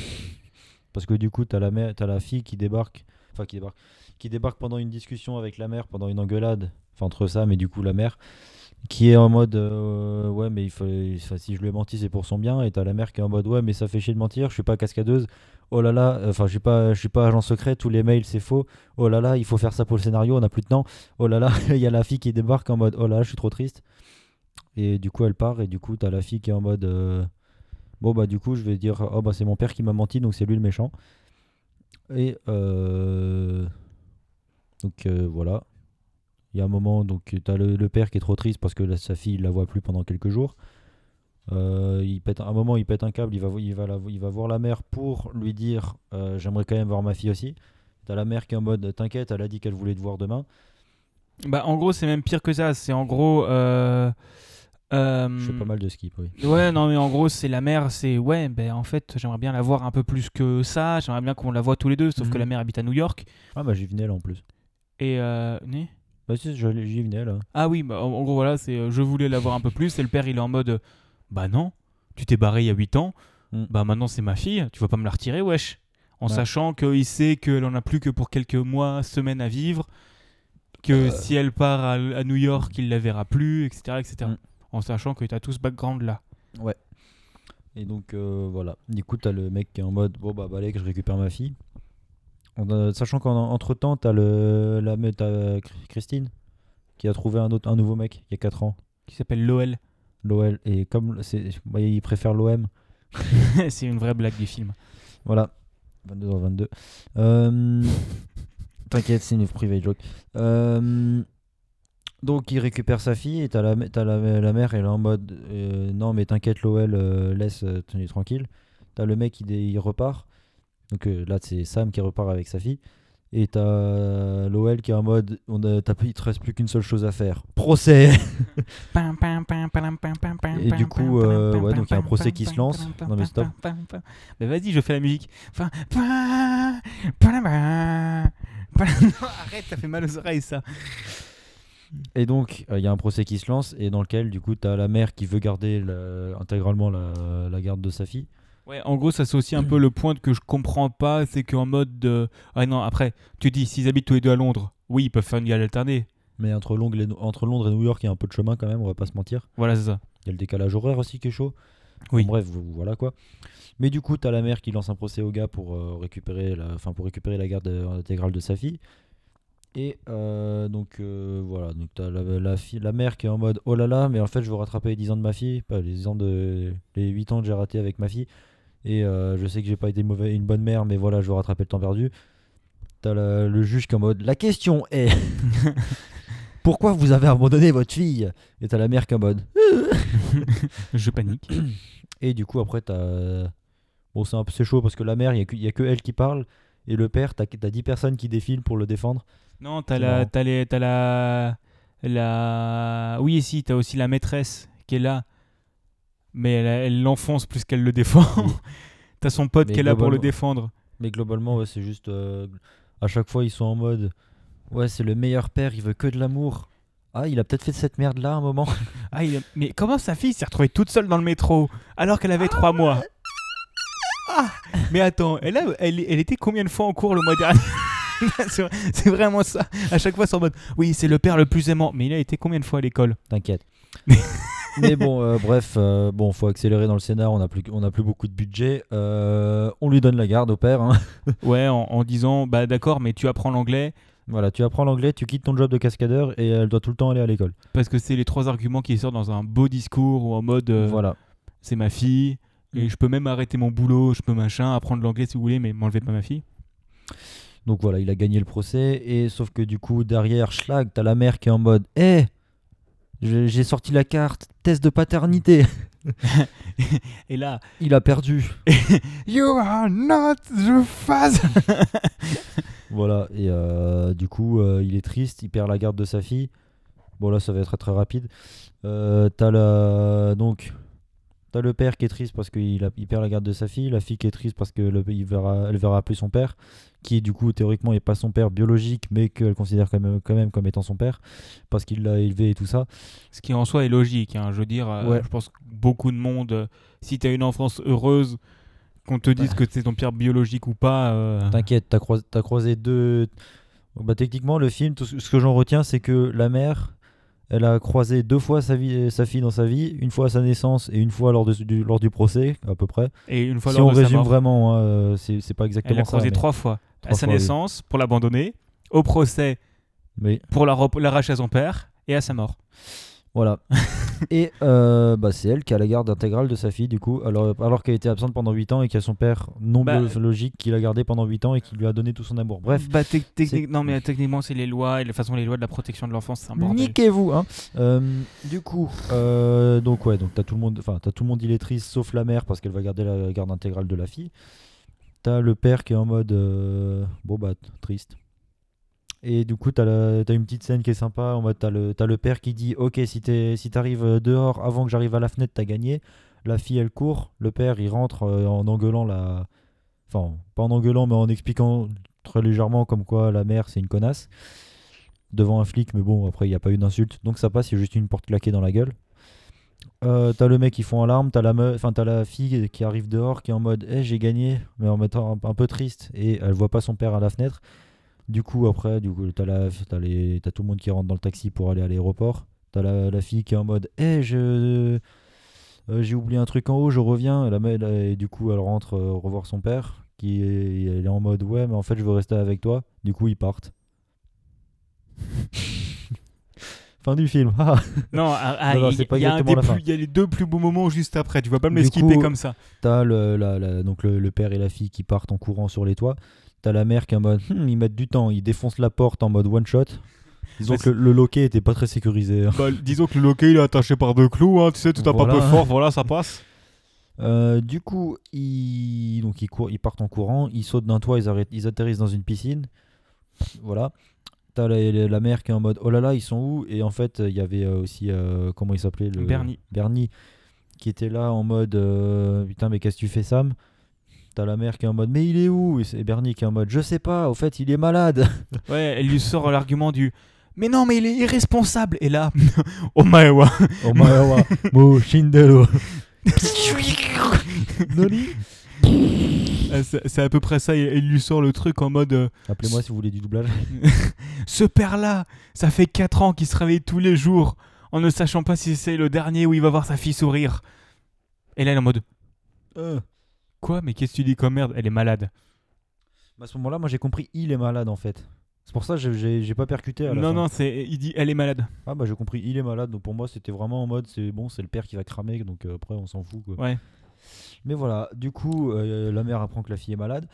Speaker 2: Parce que du coup, t'as la, mère- t'as la fille qui débarque, enfin, qui débarque, qui débarque pendant une discussion avec la mère, pendant une engueulade, enfin, entre ça, mais du coup, la mère, qui est en mode euh, Ouais, mais il faut, enfin, si je lui ai menti, c'est pour son bien. Et t'as la mère qui est en mode Ouais, mais ça fait chier de mentir, je suis pas cascadeuse. Oh là là, enfin, je suis pas, je suis pas agent secret, tous les mails, c'est faux. Oh là là, il faut faire ça pour le scénario, on a plus de temps. Oh là là, il y a la fille qui débarque en mode Oh là là, je suis trop triste. Et du coup, elle part, et du coup, t'as la fille qui est en mode euh, Bon, bah, du coup, je vais dire Oh, bah, c'est mon père qui m'a menti, donc c'est lui le méchant. Et euh, donc, euh, voilà. Il y a un moment, donc, t'as le, le père qui est trop triste parce que la- sa fille, il la voit plus pendant quelques jours. Euh, il pète, à un moment, il pète un câble, il va, vo- il va, la- il va voir la mère pour lui dire euh, J'aimerais quand même voir ma fille aussi. T'as la mère qui est en mode T'inquiète, elle a dit qu'elle voulait te voir demain.
Speaker 1: Bah, en gros, c'est même pire que ça. C'est en gros. euh, euh,
Speaker 2: Je fais pas mal de skip, oui.
Speaker 1: Ouais, non, mais en gros, c'est la mère. C'est ouais, ben en fait, j'aimerais bien la voir un peu plus que ça. J'aimerais bien qu'on la voit tous les deux. Sauf
Speaker 2: Mhm.
Speaker 1: que la mère habite à New York.
Speaker 2: Ah, bah, j'y venais là en plus.
Speaker 1: Et. euh, né
Speaker 2: Bah, si, je- j'y venais là.
Speaker 1: ah oui, bah, en, en gros, voilà, c'est euh, je voulais la voir un peu plus. Et le père, il est en mode euh, Bah non, tu t'es barré il y a 8 ans.
Speaker 2: Mhm.
Speaker 1: Bah maintenant, c'est ma fille. Tu vas pas me la retirer, wesh. En
Speaker 2: Ouais.
Speaker 1: sachant qu'il sait qu'elle en a plus que pour quelques mois, semaines à vivre. Que si elle part à, à New York, il la verra plus, etc. etc.
Speaker 2: Mhm.
Speaker 1: En sachant que t'as tout ce background là.
Speaker 2: Et donc, euh, voilà. Du coup, t'as le mec qui est en mode Bon, bah, bah, allez, que je récupère ma fille. En- euh, sachant qu'entre temps, t'as le- la me- t'as Christine qui a trouvé un, autre, un nouveau mec il y a 4 ans,
Speaker 1: Qui s'appelle l'OL.
Speaker 2: l'OL. Et comme c'est, bah, il préfère l'OM,
Speaker 1: c'est une vraie blague du film.
Speaker 2: Voilà. 22h22. Euh, T'inquiète, c'est une private joke. Euh, Donc, il récupère sa fille et t'as la, t'as la, la mère, elle est en mode euh, Non, mais t'inquiète, l'OL, euh, laisse, euh, tenez tranquille. T'as le mec, il, dé- il repart. Donc euh, là, c'est Sam qui repart avec sa fille. Et t'as l'OL qui est en mode on a, t'as- Il te reste plus qu'une seule chose à faire procès
Speaker 8: Et
Speaker 2: Et du coup, euh, ouais, donc il y a un procès qui se lance. Non, mais stop.
Speaker 1: Mais vas-y, je fais la musique. Enfin, Non, arrête, ça fait mal aux oreilles ça.
Speaker 2: Et donc, euh, il y a un procès qui se lance et dans lequel, du coup, t'as la mère qui veut garder la- intégralement la, la garde de sa fille.
Speaker 1: Ouais, en gros, ça c'est aussi un peu le point que je comprends pas, c'est qu'en mode de... Ah non, après, tu dis, s'ils habitent tous les deux à Londres, oui, ils peuvent faire une galère alternée.
Speaker 2: Mais entre Londres, et, entre Londres et New York, il y a un peu de chemin quand même, on va pas se mentir.
Speaker 1: Voilà, c'est ça.
Speaker 2: Il y a le décalage horaire aussi qui est chaud.
Speaker 1: Oui.
Speaker 2: Bon, bref, vous- voilà quoi. Mais du coup, t'as la mère qui lance un procès au gars pour, euh, récupérer, la, enfin, pour récupérer la garde euh, intégrale de sa fille. Et euh, donc euh, voilà, donc t'as la, la, fille, la mère qui est en mode oh là là, mais en fait je veux rattraper les 10 ans de ma fille, pas les 10 ans de les 8 ans que j'ai raté avec ma fille, et euh, je sais que j'ai pas été mauvais, une bonne mère, mais voilà, je veux rattraper le temps perdu. T'as la- le juge qui est en mode la question est pourquoi vous avez abandonné votre fille Et t'as la mère qui est en mode
Speaker 1: Je panique.
Speaker 2: et du coup, après, t'as. Bon, c'est un peu c'est chaud parce que la mère, il n'y a, que elle qui parle. Et le père, t'as as 10 personnes qui défilent pour le défendre.
Speaker 1: Non, t'as
Speaker 2: C'est
Speaker 1: la,
Speaker 2: marrant.
Speaker 1: t'as les, t'as la, la. Oui, et si, t'as aussi la maîtresse qui est là, mais elle- elle l'enfonce plus qu'elle le défend. t'as son pote
Speaker 2: Mais
Speaker 1: qui est là pour le
Speaker 2: globalement-
Speaker 1: défendre.
Speaker 2: Mais globalement, ouais, c'est juste. euh, à chaque fois, ils sont en mode. Ouais, c'est le meilleur père, il veut que de l'amour. Ah, il a peut-être fait cette merde là un moment.
Speaker 1: Ah, il a- mais comment sa fille s'est retrouvée toute seule dans le métro alors qu'elle avait trois mois Ah, mais attends, elle, a- elle, elle était combien de fois en cours le mois dernier C'est vrai- C'est vraiment ça. À chaque fois, c'est en mode oui, c'est le père le plus aimant. Mais il a été combien de fois à l'école
Speaker 2: T'inquiète. Mais bon, euh, bref, euh, bon, faut accélérer dans le scénar, on n'a plus, on a plus beaucoup de budget. Euh, on lui donne la garde au père. hein.
Speaker 1: Ouais, en, en disant bah d'accord, mais tu apprends l'anglais
Speaker 2: Voilà, tu apprends l'anglais, tu quittes ton job de cascadeur et elle doit tout le temps aller à l'école.
Speaker 1: parce que c'est les trois arguments qui sortent dans un beau discours ou en mode euh,
Speaker 2: Voilà. Mm.
Speaker 1: c'est ma fille et je peux même arrêter mon boulot, je peux machin, apprendre l'anglais si vous voulez, mais m'enlevez pas ma fille.
Speaker 2: Donc voilà, il a gagné le procès. Et sauf que du coup, derrière, schlag, t'as la mère qui est en mode Hé J'ai j'ai sorti la carte, test de paternité.
Speaker 1: Et là,
Speaker 2: Il a perdu.
Speaker 1: you are not the father.
Speaker 2: Voilà, et euh, du coup, euh, il est triste, il perd la garde de sa fille. Bon, là, ça va être très rapide. Euh, t'as la. Donc. T'as le père qui est triste parce qu'il a- il perd la garde de sa fille, la fille qui est triste parce qu'elle verra, elle verra plus son père, qui du coup théoriquement n'est pas son père biologique, mais qu'elle considère quand même, quand même comme étant son père, parce qu'il l'a élevé et tout ça.
Speaker 1: Ce qui en soi est logique. hein. Je veux dire, euh,
Speaker 2: Ouais.
Speaker 1: je pense que beaucoup de monde, euh, si tu as une enfance heureuse, qu'on te dise que c'est ton père biologique ou pas, euh,
Speaker 2: T'inquiète, t'as croisé, t'as croisé deux. Bah, techniquement, le film, tout ce ce que j'en retiens, c'est que la mère, elle a croisé deux fois sa, vie, sa fille dans sa vie, une fois à sa naissance et une fois lors, de- du, lors du procès, à peu près.
Speaker 1: et une fois
Speaker 2: si
Speaker 1: lors
Speaker 2: on
Speaker 1: de sa
Speaker 2: résume
Speaker 1: mort,
Speaker 2: vraiment, hein, euh, c'est c'est pas exactement
Speaker 1: elle a
Speaker 2: ça,
Speaker 1: croisé
Speaker 2: mais-
Speaker 1: trois fois.
Speaker 2: trois
Speaker 1: à sa
Speaker 2: fois, oui.
Speaker 1: naissance, pour l'abandonner, au procès,
Speaker 2: Mais
Speaker 1: pour la rep- l'arracher à son père, et à sa mort.
Speaker 2: voilà. et euh, bah, c'est elle qui a la garde intégrale de sa fille, du coup, alors, alors qu'elle était absente pendant 8 ans et qu'il y a son père non
Speaker 1: Bah,
Speaker 2: biologique qui l'a gardée pendant 8 ans et qui lui a donné tout son amour. Bref.
Speaker 1: Bah, tec- technique-
Speaker 2: c'est-
Speaker 1: Non, mais techniquement, c'est les lois, et de toute façon, les lois de la protection de l'enfance, c'est un bordel.
Speaker 2: Niquez-vous, hein. Euh, du coup, euh, donc ouais, donc t'as tout le monde, enfin t'as tout le monde il est triste sauf la mère parce qu'elle va garder la garde intégrale de la fille. T'as le père qui est en mode euh, bon bah t- triste. Et du coup, t'as la- t'as une petite scène qui est sympa. En mode, t'as le, t'as le père qui dit Ok, si t'es- si t'arrives euh, dehors avant que j'arrive à la fenêtre, t'as gagné. La fille, elle court. Le père, il rentre euh, en engueulant la. Enfin, pas en engueulant, mais en expliquant très légèrement comme quoi la mère, c'est une connasse. Devant un flic, mais bon, après, il n'y a pas eu d'insulte. Donc ça passe, il y a juste une porte claquée dans la gueule. Euh, t'as le mec qui fond alarme, t'as la, meuf- enfin, t'as la fille qui arrive dehors qui est en mode Eh, j'ai gagné, mais en mettant un, un peu triste. Et elle voit pas son père à la fenêtre. Du coup, après, du coup, t'as, la, t'as, les, t'as tout le monde qui rentre dans le taxi pour aller à l'aéroport. T'as la, la fille qui est en mode Eh, je. euh, j'ai oublié un truc en haut, je reviens. Et, la me- la- et du coup, elle rentre euh, revoir son père. Qui est, elle est en mode Ouais, mais en fait, je veux rester avec toi. Du coup, ils partent. fin du film. Ah.
Speaker 1: Non, ah, ah,
Speaker 2: Non, non,
Speaker 1: il
Speaker 2: c'est pas
Speaker 1: il y, a un
Speaker 2: exactement
Speaker 1: des
Speaker 2: la fin.
Speaker 1: plus- il y a les deux plus beaux moments juste après. Tu vas pas me les
Speaker 2: Du
Speaker 1: skipper
Speaker 2: coup-
Speaker 1: comme ça.
Speaker 2: T'as le, la- la- donc le, le père et la fille qui partent en courant sur les toits. T'as la mère qui est en mode Hmm, ils mettent du temps, ils défoncent la porte en mode one shot. Disons
Speaker 1: Bah,
Speaker 2: que le, le loquet était pas très sécurisé. hein.
Speaker 1: Bah, disons que le loquet, il est attaché par deux clous, hein, tu sais, tu tapes
Speaker 2: Voilà.
Speaker 1: un peu fort, voilà, ça passe.
Speaker 2: Euh, du coup, ils, donc ils, courent, ils partent en courant, ils sautent d'un toit, ils, arrêtent- ils atterrissent dans une piscine. Voilà. T'as la, la- la mère qui est en mode oh là là, ils sont où Et en fait, il y avait euh, aussi, euh, comment il s'appelait le...
Speaker 1: Bernie.
Speaker 2: Bernie, qui était là en mode euh, putain, mais qu'est-ce que tu fais, Sam T'as la mère qui est en mode mais il est où Et c'est Bernie qui est en mode je sais pas, au fait, il est malade.
Speaker 1: Ouais, elle lui sort l'argument du Mais non, mais il est irresponsable. Et là, oh my wa.
Speaker 2: Oh my god, Mo Shindelo. Noli.
Speaker 1: Euh, C'est c'est à peu près ça. Il, il lui sort le truc en mode euh,
Speaker 2: Appelez-moi si vous voulez du doublage.
Speaker 1: Ce père-là, ça fait 4 ans qu'il se réveille tous les jours en ne sachant pas si c'est le dernier où il va voir sa fille sourire. Et là, elle est en mode Quoi Mais qu'est-ce que tu dis comme merde Elle est malade.
Speaker 2: Bah, À ce moment-là, moi j'ai compris il est malade en fait. C'est pour ça que j'ai- j'ai j'ai pas percuté à la
Speaker 1: Non,
Speaker 2: fin.
Speaker 1: non, c'est, il dit elle est malade.
Speaker 2: Ah bah j'ai compris, il est malade, donc pour moi c'était vraiment en mode c'est bon, c'est le père qui va cramer, donc euh, après on s'en fout quoi.
Speaker 1: Ouais.
Speaker 2: Mais voilà, du coup, euh, la mère apprend que la fille est malade.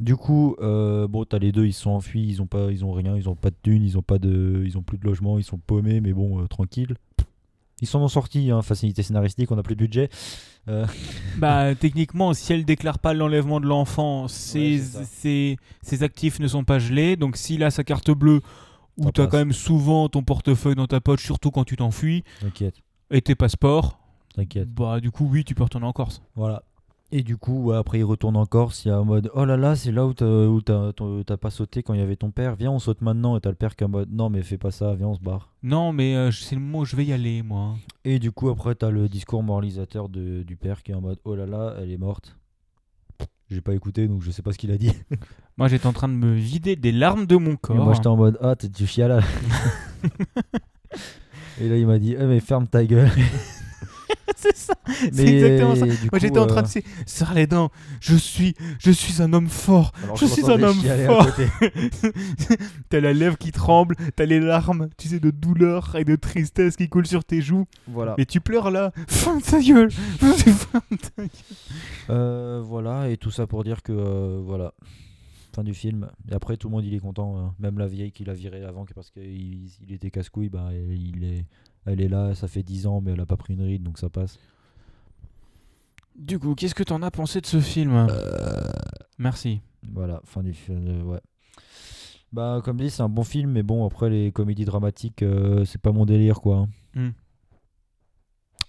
Speaker 2: Du coup, euh, bon, t'as les deux, ils se sont enfuis, ils ont pas, ils ont rien, ils ont pas de thunes, ils ont pas de, ils ont plus de logement, ils sont paumés, mais bon, euh, tranquille. Ils s'en ont sortis, hein, facilité scénaristique, on a plus de budget.
Speaker 1: Bah, techniquement, si elle déclare pas l'enlèvement de l'enfant, ses,
Speaker 2: Ouais, c'est ça.
Speaker 1: ses- ses actifs ne sont pas gelés. Donc, s'il a sa carte bleue, où
Speaker 2: Ça
Speaker 1: t'as
Speaker 2: passe.
Speaker 1: quand même souvent ton portefeuille dans ta poche, surtout quand tu t'enfuis,
Speaker 2: T'inquiète,
Speaker 1: et tes passeports,
Speaker 2: t'inquiète.
Speaker 1: bah, du coup, oui, tu peux retourner en Corse.
Speaker 2: Voilà. Et du coup, ouais, après, ils retournent en Corse. Il y a en mode Oh là là, c'est là où t'as- où t'as ton- t'as pas sauté quand il y avait ton père. Viens, on saute maintenant. Et t'as le père qui est en mode Non, mais fais pas ça, viens, on se barre.
Speaker 1: Non, mais euh, c'est le moment où je vais y aller, moi. hein.
Speaker 2: Et du coup, après, t'as le discours moralisateur de- du père qui est en mode Oh là là, elle est morte. J'ai pas écouté, donc je sais pas ce qu'il a dit.
Speaker 1: Moi, j'étais en train de me vider des larmes de mon
Speaker 2: Et
Speaker 1: corps.
Speaker 2: moi, j'étais en mode Ah, t'es- tu chiales. Et là, il m'a dit Eh, mais ferme ta gueule.
Speaker 1: c'est ça,
Speaker 2: Mais
Speaker 1: c'est exactement ça.
Speaker 2: du
Speaker 1: Moi,
Speaker 2: coup,
Speaker 1: j'étais en train de
Speaker 2: euh,
Speaker 1: se serrer les dents. Je suis, je suis un homme fort.
Speaker 2: alors
Speaker 1: je suis un
Speaker 2: l'entendais
Speaker 1: homme
Speaker 2: chialer à
Speaker 1: fort.
Speaker 2: côté.
Speaker 1: t'as la lèvre qui tremble, t'as les larmes, tu sais, de douleur et de tristesse qui coulent sur tes joues.
Speaker 2: Voilà.
Speaker 1: Et tu pleures là. Ferme ta gueule. Ferme ta gueule.
Speaker 2: Euh, voilà, et tout ça pour dire que euh, voilà, fin du film. Et après, tout le monde il est content, hein. même la vieille qui l'a viré avant que parce qu'il il était casse-couille, bah, il est, elle est là, ça fait 10 ans, mais elle a pas pris une ride donc ça passe.
Speaker 1: Du coup, qu'est-ce que t'en as pensé de ce film Euh. Merci.
Speaker 2: Voilà, fin du film, euh, ouais. Bah, comme dit, c'est un bon film, mais bon, après les comédies dramatiques, euh, c'est pas mon délire quoi. hein.
Speaker 1: Hmm.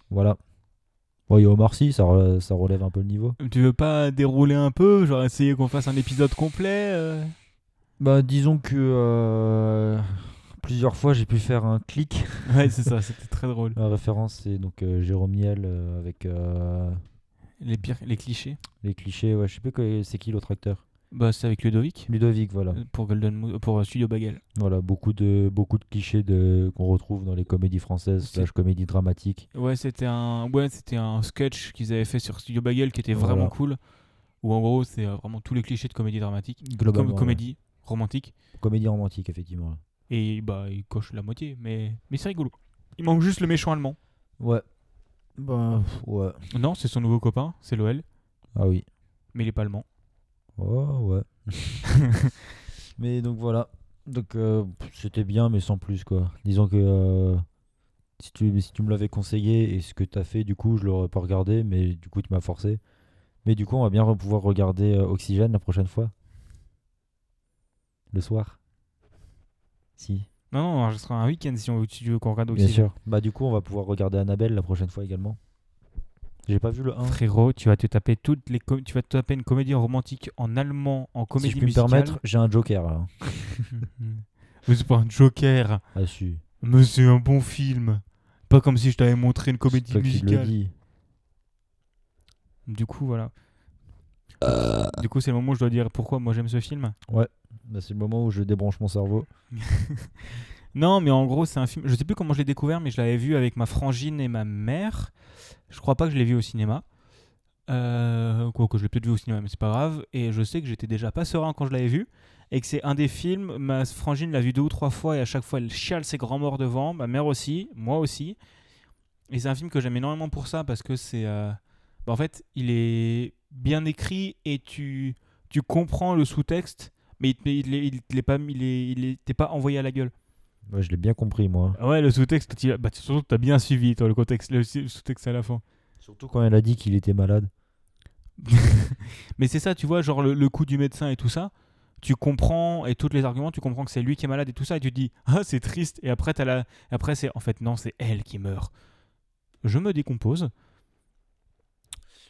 Speaker 2: Voilà. Bon, il y a Omar Sy, ça, re- ça relève un peu le niveau.
Speaker 1: Tu veux pas dérouler un peu Genre essayer qu'on fasse un épisode complet euh
Speaker 2: Bah, disons que euh, plusieurs fois j'ai pu faire un clic.
Speaker 1: Ouais, c'est ça, c'était très drôle.
Speaker 2: La référence, c'est donc euh, Jérôme Niel euh, avec euh,
Speaker 1: Les pires, les clichés.
Speaker 2: les clichés. Ouais, je sais plus que- c'est qui l'autre acteur.
Speaker 1: Bah, c'est avec Ludovic.
Speaker 2: Ludovic, voilà.
Speaker 1: Euh, Pour, Golden Mo- euh, pour euh, Studio Bagel.
Speaker 2: Voilà, beaucoup de, beaucoup de clichés de, qu'on retrouve dans les comédies françaises,
Speaker 1: C'est-
Speaker 2: slash comédies dramatiques.
Speaker 1: Ouais, c'était un, ouais, c'était un sketch qu'ils avaient fait sur Studio Bagel qui était
Speaker 2: Voilà.
Speaker 1: vraiment cool. Où en gros, c'est euh, vraiment tous les clichés de comédie dramatique.
Speaker 2: Globalement.
Speaker 1: Comme
Speaker 2: ouais.
Speaker 1: comédie romantique.
Speaker 2: Comédie romantique, effectivement.
Speaker 1: Et bah, ils cochent la moitié, mais, mais c'est rigolo. Il manque juste le méchant allemand.
Speaker 2: Ouais. Ben, pff, ouais.
Speaker 1: Non, c'est son nouveau copain, c'est l'OL,
Speaker 2: Ah oui.
Speaker 1: mais il est pas allemand.
Speaker 2: Oh, ouais. mais donc voilà. Donc euh, pff, c'était bien, mais sans plus, quoi. Disons que euh, si, tu, si tu me l'avais conseillé et ce que t'as fait, du coup, je l'aurais pas regardé, mais du coup, tu m'as forcé. Mais du coup, on va bien re- pouvoir regarder euh, Oxygène la prochaine fois. Le soir. Si,
Speaker 1: Non, non, on enregistrera un week-end si, on, si tu veux qu'on regarde
Speaker 2: bien
Speaker 1: Oxygène.
Speaker 2: sûr. Bah, du coup, on va pouvoir regarder Annabelle la prochaine fois également. J'ai pas vu le 1.
Speaker 1: Frérot, tu vas te taper toutes les com- tu vas te taper une comédie romantique en allemand, en
Speaker 2: Si
Speaker 1: comédie
Speaker 2: je puis me
Speaker 1: musicale.
Speaker 2: permettre, j'ai un Joker là. hein,
Speaker 1: Mais c'est pas un joker,
Speaker 2: Ah, si.
Speaker 1: mais c'est un bon film. Pas comme si je t'avais montré une
Speaker 2: C'est
Speaker 1: comédie
Speaker 2: toi qui le
Speaker 1: musicale.
Speaker 2: dis.
Speaker 1: Du coup, voilà. Du coup, c'est le moment où je dois dire pourquoi moi j'aime ce film.
Speaker 2: Bah, c'est le moment où je débranche mon cerveau.
Speaker 1: Non, mais en gros, c'est un film. Je sais plus comment je l'ai découvert, mais je l'avais vu avec ma frangine et ma mère. Je crois pas que je l'ai vu au cinéma. Euh, quoi que je l'ai peut-être vu au cinéma, mais c'est pas grave. Et je sais que j'étais déjà pas serein quand je l'avais vu. Et que c'est un des films. Ma frangine l'a vu deux ou trois fois et à chaque fois elle chiale ses grands morts devant. Ma mère aussi, moi aussi. Et c'est un film que j'aime énormément pour ça parce que c'est. euh, bah, en fait, il est bien écrit et tu, tu comprends le sous-texte, mais il te- il l'est- il te l'est pas, il est- il est- t'es pas envoyé à la gueule.
Speaker 2: Ouais, je l'ai bien compris, moi.
Speaker 1: Ah Ouais, le sous-texte, tu bah, tu- surtout, t'as bien suivi, toi, le, contexte, le su- sous-texte à la fin.
Speaker 2: Surtout quand elle a dit qu'il était malade.
Speaker 1: Mais c'est ça, tu vois, genre le, le coup du médecin et tout ça, tu comprends, et tous les arguments, tu comprends que c'est lui qui est malade et tout ça, et tu te dis, ah, c'est triste, et après, t'as la... après c'est, en fait, non, c'est elle qui meurt. Je me décompose.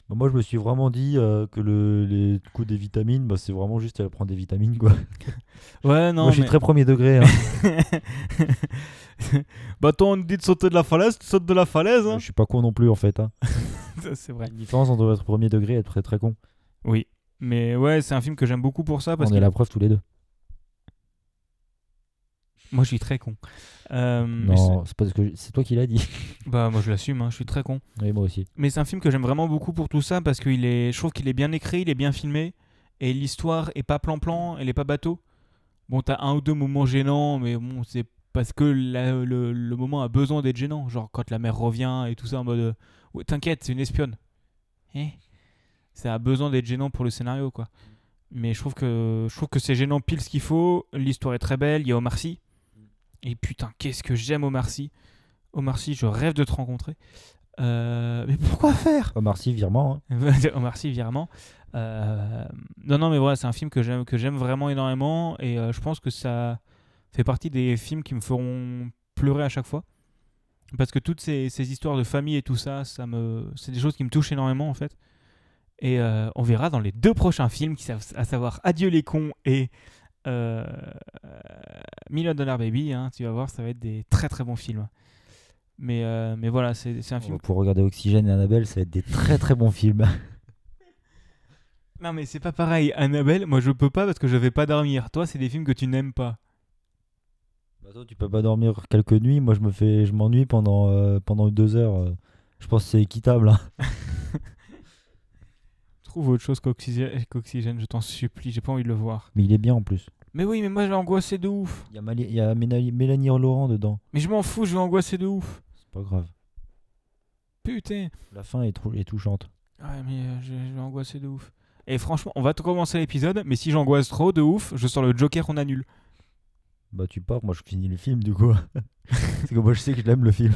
Speaker 2: Bah, moi, je me suis vraiment dit euh, que le, les coups des vitamines, bah, c'est vraiment juste elle prend des vitamines, quoi.
Speaker 1: Ouais, non,
Speaker 2: moi, je suis
Speaker 1: mais-
Speaker 2: très premier degré. hein.
Speaker 1: bah, toi, on te dit de sauter de la falaise, tu sautes de la falaise, hein.
Speaker 2: je suis pas con non plus, en fait. Hein.
Speaker 1: Ça, c'est vrai.
Speaker 2: La différence entre être premier degré et être très très con.
Speaker 1: Oui. Mais ouais, c'est un film que j'aime beaucoup pour ça, parce
Speaker 2: On
Speaker 1: que
Speaker 2: est la preuve tous les deux.
Speaker 1: moi, je suis très con. Euh, mais
Speaker 2: Non, c'est parce que c'est toi qui l'as dit.
Speaker 1: c'est- Bah, moi, je l'assume, hein, je suis très con.
Speaker 2: Oui, moi aussi.
Speaker 1: Mais c'est un film que j'aime vraiment beaucoup pour tout ça parce que est, je trouve qu'il est bien écrit, il est bien filmé et l'histoire est pas plan-plan, elle est pas bateau. Bon, t'as un ou deux moments gênants, mais bon, c'est parce que la- le, le moment a besoin d'être gênant. Genre quand la mère revient et tout ça en mode euh, Ouais, T'inquiète, c'est une espionne. Eh ça a besoin d'être gênant pour le scénario, quoi. Mais je trouve que, je trouve que c'est gênant pile ce qu'il faut. L'histoire est très belle, il y a Omar Sy. Et putain, qu'est-ce que j'aime Omar Sy. Omar Sy, je rêve de te rencontrer. Euh, mais pourquoi faire
Speaker 2: Omar Sy, virement. hein.
Speaker 1: Omar Sy, virement. Euh, non, non, mais voilà, c'est un film que j'aime, que j'aime vraiment énormément et euh, je pense que ça fait partie des films qui me feront pleurer à chaque fois. Parce que toutes ces, ces histoires de famille et tout ça, ça me, c'est des choses qui me touchent énormément en fait. Et euh, on verra dans les deux prochains films, qui savent- à savoir Adieu les cons et euh, Million Dollar Baby. hein, tu vas voir, ça va être des très très bons films. Mais, euh, mais voilà, c'est, c'est un
Speaker 2: On
Speaker 1: film
Speaker 2: va pouvoir regarder Oxygène et Annabelle, ça va être des très très bons films.
Speaker 1: Non mais c'est pas pareil, Annabelle, moi je peux pas parce que je vais pas dormir. Toi, c'est des films que tu n'aimes pas.
Speaker 2: Bah, toi, tu peux pas dormir quelques nuits. Moi, je me fais, je m'ennuie pendant euh, pendant deux heures. euh. Je pense que c'est équitable. hein.
Speaker 1: Trouve autre chose qu'oxygène, qu'Oxygène, je t'en supplie, j'ai pas envie de le voir.
Speaker 2: Mais il est bien en plus.
Speaker 1: Mais oui, mais moi je vais angoisser de ouf.
Speaker 2: Il y a, Mali- il y a Ménali- Mélanie Laurent dedans.
Speaker 1: Mais je m'en fous, je vais angoisser de ouf.
Speaker 2: C'est pas grave.
Speaker 1: Putain.
Speaker 2: La fin est, trou- est touchante.
Speaker 1: Ouais, mais euh, je, je vais angoisser de ouf. Et franchement, on va tout commencer l'épisode, mais si j'angoisse trop de ouf, je sors le Joker, on annule.
Speaker 2: Bah, tu pars. Moi, je finis le film du coup. c'est que moi, je sais que je l'aime le film.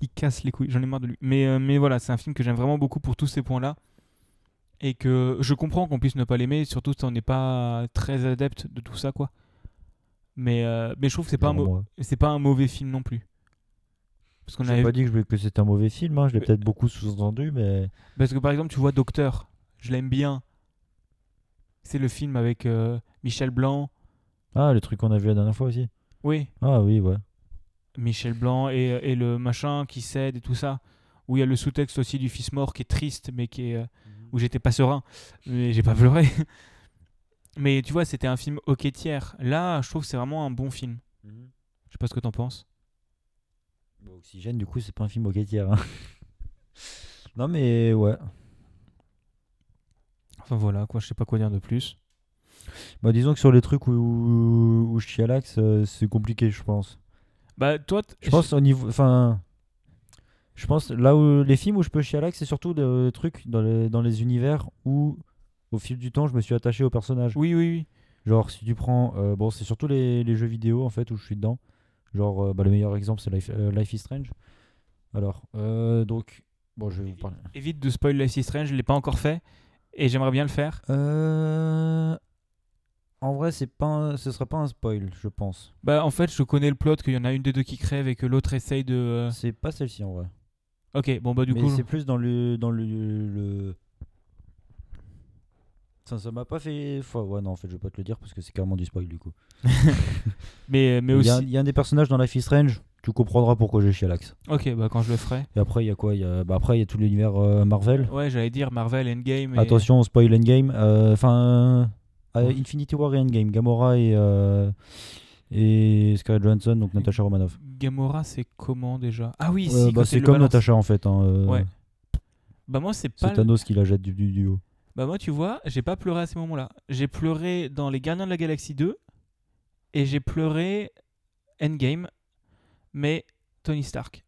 Speaker 1: il casse les couilles, j'en ai marre de lui. Mais, euh, mais voilà, c'est un film que j'aime vraiment beaucoup pour tous ces points-là. Et que je comprends qu'on puisse ne pas l'aimer, surtout si on n'est pas très adepte de tout ça, quoi. Mais, euh, mais je trouve que c'est pas, un mau-
Speaker 2: Moi.
Speaker 1: c'est pas un mauvais film non plus. Parce, qu'on Euh,
Speaker 2: J'ai
Speaker 1: avait...
Speaker 2: pas dit que, je voulais- que c'était un mauvais film. hein. Je l'ai
Speaker 1: Mais-
Speaker 2: peut-être beaucoup sous-entendu, mais
Speaker 1: Parce que par exemple, tu vois Docteur, je l'aime bien. C'est le film avec euh, Michel Blanc.
Speaker 2: ah, le truc qu'on a vu la dernière fois aussi.
Speaker 1: Oui,
Speaker 2: Ah oui, ouais.
Speaker 1: Michel Blanc et, euh, et le machin qui cède et tout ça. Où il y a le sous-texte aussi du fils mort qui est triste, mais qui est, euh, où j'étais pas serein, mais j'ai pas pleuré. mais tu vois, c'était un film ok tiers. Là, je trouve que c'est vraiment un bon film. Je sais pas ce que t'en penses.
Speaker 2: Bon, Oxygène, du coup, c'est pas un film au tiers. hein. non, mais ouais.
Speaker 1: Enfin voilà, quoi, je sais pas quoi dire de plus.
Speaker 2: Bah, disons que sur les trucs où, où, où je chialaxe, euh, c'est compliqué, je pense.
Speaker 1: Bah, toi, t-
Speaker 2: Je pense au niveau. Enfin. Je pense là où les films où je peux chialax, c'est surtout le truc dans les, dans les univers où, au fil du temps, je me suis attaché au personnage.
Speaker 1: Oui, oui, oui.
Speaker 2: Genre, si tu prends. euh, bon, c'est surtout les, les jeux vidéo, en fait, où je suis dedans. Genre, euh, bah, le meilleur exemple, c'est Life, euh, Life is Strange. Alors, euh, donc. Bon, je vais vous parler.
Speaker 1: Évite de spoil Life is Strange, je l'ai pas encore fait. Et j'aimerais bien le faire.
Speaker 2: Euh, En vrai, c'est pas un- ce serait pas un spoil, je pense.
Speaker 1: Bah, en fait, je connais le plot qu'il y en a une des deux qui crève et que l'autre essaye de. euh,
Speaker 2: C'est pas celle-ci, en vrai.
Speaker 1: Ok, bon, bah, du
Speaker 2: mais
Speaker 1: coup.
Speaker 2: c'est plus dans le dans le, le- Ça, ça m'a pas fait. foi- ouais, non, en fait, je vais pas te le dire parce que c'est carrément du spoil du coup.
Speaker 1: Mais, mais
Speaker 2: il, y
Speaker 1: aussi.
Speaker 2: a, il y a un des personnages dans Life is Strange. Tu comprendras pourquoi j'ai chialax.
Speaker 1: Ok, bah, quand je le ferai.
Speaker 2: Et après, il y a quoi il y a... Bah, après, il y a tout l'univers euh, Marvel.
Speaker 1: Ouais, j'allais dire Marvel Endgame. et-
Speaker 2: Attention, on spoil Endgame. Euh, Enfin, euh, Infinity War et Endgame. Gamora et euh, et Scarlett Johansson, donc Natasha Romanoff.
Speaker 1: Gamora, c'est comment déjà Ah oui, si,
Speaker 2: Euh, bah,
Speaker 1: quand
Speaker 2: c'est
Speaker 1: il le
Speaker 2: comme
Speaker 1: balance.
Speaker 2: Natasha en fait. hein, euh,
Speaker 1: Ouais. Bah, moi, c'est pas.
Speaker 2: C'est
Speaker 1: le-
Speaker 2: Thanos qui la jette du, du duo.
Speaker 1: Bah moi tu vois, j'ai pas pleuré à ces moments-là. J'ai pleuré dans Les Gardiens de la Galaxie 2 et j'ai pleuré Endgame, mais Tony Stark.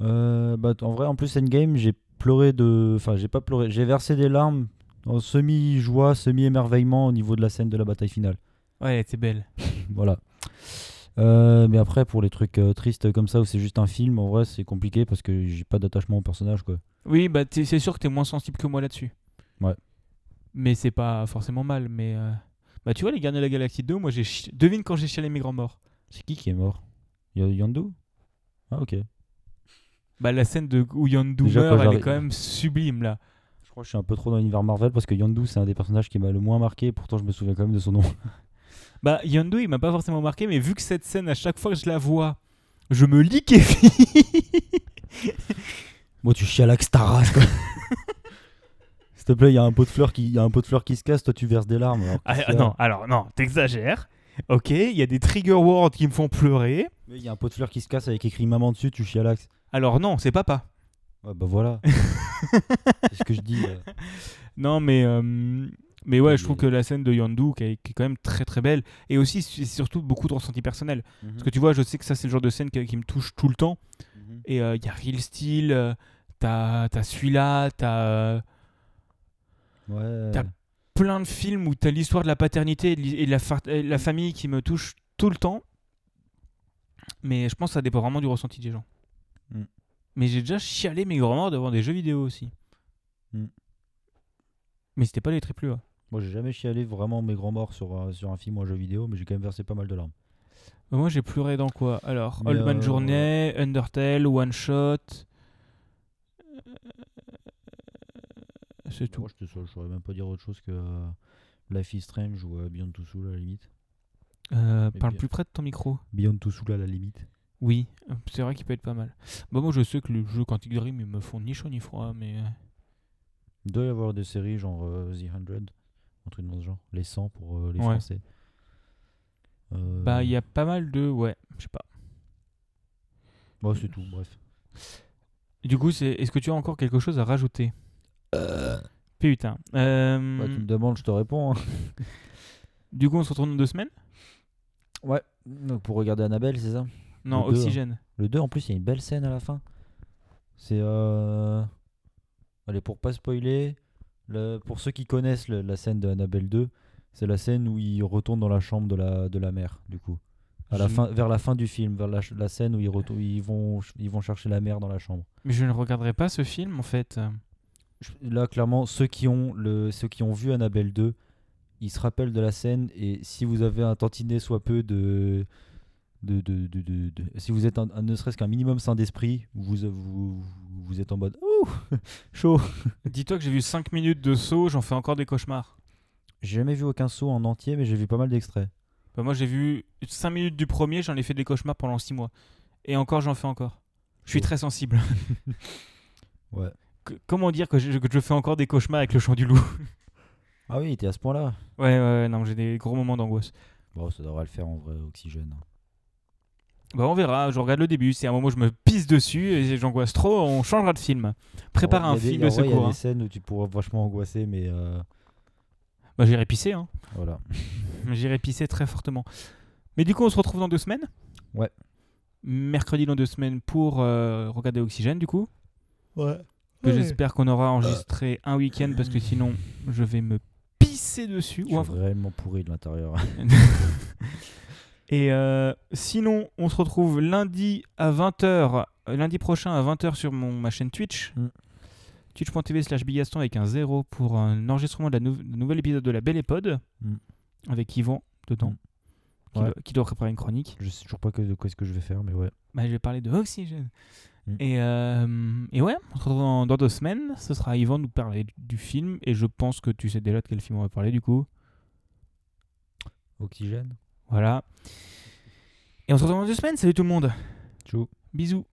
Speaker 2: Euh, bah, t- en vrai, en plus, Endgame, j'ai pleuré de. Enfin, j'ai pas pleuré. J'ai versé des larmes en semi-joie, semi-émerveillement au niveau de la scène de la bataille finale.
Speaker 1: Ouais, elle était belle.
Speaker 2: voilà. Euh, mais après, pour les trucs euh, tristes comme ça, où c'est juste un film, en vrai, c'est compliqué parce que j'ai pas d'attachement au personnage, quoi.
Speaker 1: Oui, bah t'es- c'est sûr que t'es moins sensible que moi là-dessus.
Speaker 2: Ouais.
Speaker 1: Mais c'est pas forcément mal, mais... euh, Bah tu vois, Les Gardiens de la Galaxie 2, moi j'ai... chi- Devine quand j'ai chialé mes grands morts.
Speaker 2: C'est qui qui est mort Y a Yondu Ah, ok.
Speaker 1: Bah la scène de où Yondu
Speaker 2: Déjà,
Speaker 1: meurt,
Speaker 2: quand
Speaker 1: elle est
Speaker 2: j'arrive-
Speaker 1: quand même sublime là.
Speaker 2: Je crois que je suis un peu trop dans l'univers Marvel parce que Yondu, c'est un des personnages qui m'a le moins marqué, pourtant je me souviens quand même de son nom.
Speaker 1: Bah Yondu, il m'a pas forcément marqué, mais vu que cette scène, à chaque fois que je la vois, je me liquéfie.
Speaker 2: Moi, tu chialax ta race, quoi. S'il te plaît, il y a un pot de fleurs qui, il y a un pot de fleurs qui se casse, toi tu verses des larmes. alors
Speaker 1: Ah,
Speaker 2: qu'est-ce
Speaker 1: ah,
Speaker 2: qu'il y a
Speaker 1: non, alors non, t'exagères. Ok, il y a des trigger words qui me font pleurer.
Speaker 2: Mais il y a un pot de fleurs qui se casse avec écrit maman dessus, tu chialax.
Speaker 1: Alors non, c'est papa.
Speaker 2: Ouais, bah voilà. c'est ce que je dis. euh.
Speaker 1: Non, mais euh, Mais ouais,
Speaker 2: Et-
Speaker 1: je trouve que la scène de Yandu, qui est, qui est quand même très très belle, et aussi c'est surtout beaucoup de ressenti personnel. Parce que tu vois, je sais que ça, c'est le genre de scène qui, qui me touche tout le temps. Et euh, il y a Real Steel, euh, t'as t'as celui-là, t'as euh,
Speaker 2: Ouais.
Speaker 1: T'as- plein de films où t'as l'histoire de la paternité et de l'hi- et de la, fa- et de
Speaker 2: Mm.
Speaker 1: la famille qui me touche tout le temps. Mais je pense que ça dépend vraiment du ressenti des gens.
Speaker 2: Mm.
Speaker 1: Mais j'ai déjà chialé mes grands-morts devant des jeux vidéo aussi.
Speaker 2: Mm.
Speaker 1: Mais c'était pas les triple A.
Speaker 2: Moi, j'ai jamais chialé vraiment mes grands morts sur, euh, sur un film ou un jeu vidéo, mais j'ai quand même versé pas mal de larmes.
Speaker 1: Euh, Moi, j'ai pleuré dans quoi Alors,
Speaker 2: Mais,
Speaker 1: Old Man
Speaker 2: euh,
Speaker 1: Journey, Undertale, One Shot. Euh, C'est tout.
Speaker 2: Moi, je te saurais- je saurais même pas dire autre chose que euh, Life is Strange ou euh, Beyond Two Souls à la limite.
Speaker 1: Euh,
Speaker 2: Mais
Speaker 1: parle
Speaker 2: bien.
Speaker 1: plus près de ton micro.
Speaker 2: Beyond Two Souls à la limite.
Speaker 1: Oui, euh, c'est vrai qu'il peut être pas mal. Bah, moi, je sais que les jeux Quantic Dream, ils me font ni chaud ni froid, mais. euh,
Speaker 2: Il doit y avoir des séries genre euh, The 100, un truc dans ce genre. Les 100 pour euh, les
Speaker 1: Ouais.
Speaker 2: Français. Euh,
Speaker 1: Bah, il y a pas mal de. Ouais, je sais pas.
Speaker 2: bon, bah, c'est tout, bref.
Speaker 1: Du coup, c'est. Est-ce que tu as encore quelque chose à rajouter Putain. Euh,
Speaker 2: Bah, tu me demandes, je te réponds. hein.
Speaker 1: Du coup, on se retrouve dans deux semaines
Speaker 2: Ouais, donc pour regarder Annabelle, c'est ça
Speaker 1: Non,
Speaker 2: deux, hein.
Speaker 1: Oxygène.
Speaker 2: Le 2, en plus, il y a une belle scène à la fin. C'est. Euh... Allez, pour pas spoiler, le- pour ceux qui connaissent le- la scène de Annabelle 2, c'est la scène où il retourne dans la chambre de la, de la mère, du coup. À la
Speaker 1: Je-
Speaker 2: fin, vers la fin du film, vers la, ch- la scène où ils, retour- ils, vont, ch- ils vont chercher la mère dans la chambre.
Speaker 1: Mais je ne regarderai pas ce film, en fait. Euh,
Speaker 2: Je- Là, clairement, ceux qui, ont le, ceux qui ont vu Annabelle 2, ils se rappellent de la scène et si vous avez un tantinet soit peu de... de, de, de, de- de- si vous êtes un, un- ne serait-ce qu'un minimum sain d'esprit, vous, vous, vous êtes en mode Ouh, chaud.
Speaker 1: Dis-toi que j'ai vu 5 minutes de saut, j'en fais encore des cauchemars.
Speaker 2: J'ai jamais vu aucun saut en entier, mais j'ai vu pas mal d'extraits.
Speaker 1: Bah, moi, j'ai vu 5 minutes du premier, j'en ai fait des cauchemars pendant 6 mois. Et encore, j'en fais encore. Je suis
Speaker 2: Oh.
Speaker 1: très sensible.
Speaker 2: Ouais.
Speaker 1: Que- Comment dire que je, que je fais encore des cauchemars avec le chant du loup
Speaker 2: Ah oui, t'es à ce point-là
Speaker 1: Ouais, ouais, ouais, non, j'ai des gros moments d'angoisse.
Speaker 2: Bon, ça devrait le faire en vrai, oxygène. hein.
Speaker 1: Bah on verra, je regarde le début, c'est un moment où je me pisse dessus et j'angoisse trop, on changera de film. Prépare
Speaker 2: En
Speaker 1: un
Speaker 2: vrai, il Oh, y a
Speaker 1: film de
Speaker 2: des- en vrai, Il y a
Speaker 1: secours.
Speaker 2: des
Speaker 1: hein.
Speaker 2: scènes où tu pourras vachement angoisser, mais euh,
Speaker 1: Bah j'irai pisser, hein.
Speaker 2: voilà.
Speaker 1: j'irai pisser très fortement. Mais du coup on se retrouve dans deux semaines
Speaker 2: Ouais.
Speaker 1: Mercredi dans deux semaines pour euh, regarder Oxygène du coup.
Speaker 2: Ouais.
Speaker 1: Que j'espère qu'on aura enregistré un week-end parce que sinon je vais me pisser dessus.
Speaker 2: Je
Speaker 1: Ou
Speaker 2: suis
Speaker 1: un-
Speaker 2: vraiment pourri de l'intérieur.
Speaker 1: Et euh, sinon on se retrouve lundi à 20h, lundi prochain à 20h sur mon, ma chaîne Twitch.
Speaker 2: Mm.
Speaker 1: twitch.tv slash bigaston avec un zéro pour un enregistrement de la nou- du nouvel épisode de la Belle Épode
Speaker 2: Mm.
Speaker 1: avec Yvan dedans
Speaker 2: Mm.
Speaker 1: qui,
Speaker 2: Ouais.
Speaker 1: doit, qui doit préparer une chronique.
Speaker 2: Je sais toujours pas que- de quoi est-ce que je vais faire, mais ouais.
Speaker 1: Bah, je vais parler de Oxygène.
Speaker 2: Mm.
Speaker 1: Et, euh, et ouais, on se retrouve dans, dans deux semaines. Ce sera Yvan nous parler du film et je pense que tu sais déjà de quel film on va parler du coup.
Speaker 2: Oxygène.
Speaker 1: Voilà. Et on se retrouve dans deux semaines. Salut tout le monde.
Speaker 2: Ciao.
Speaker 1: Bisous.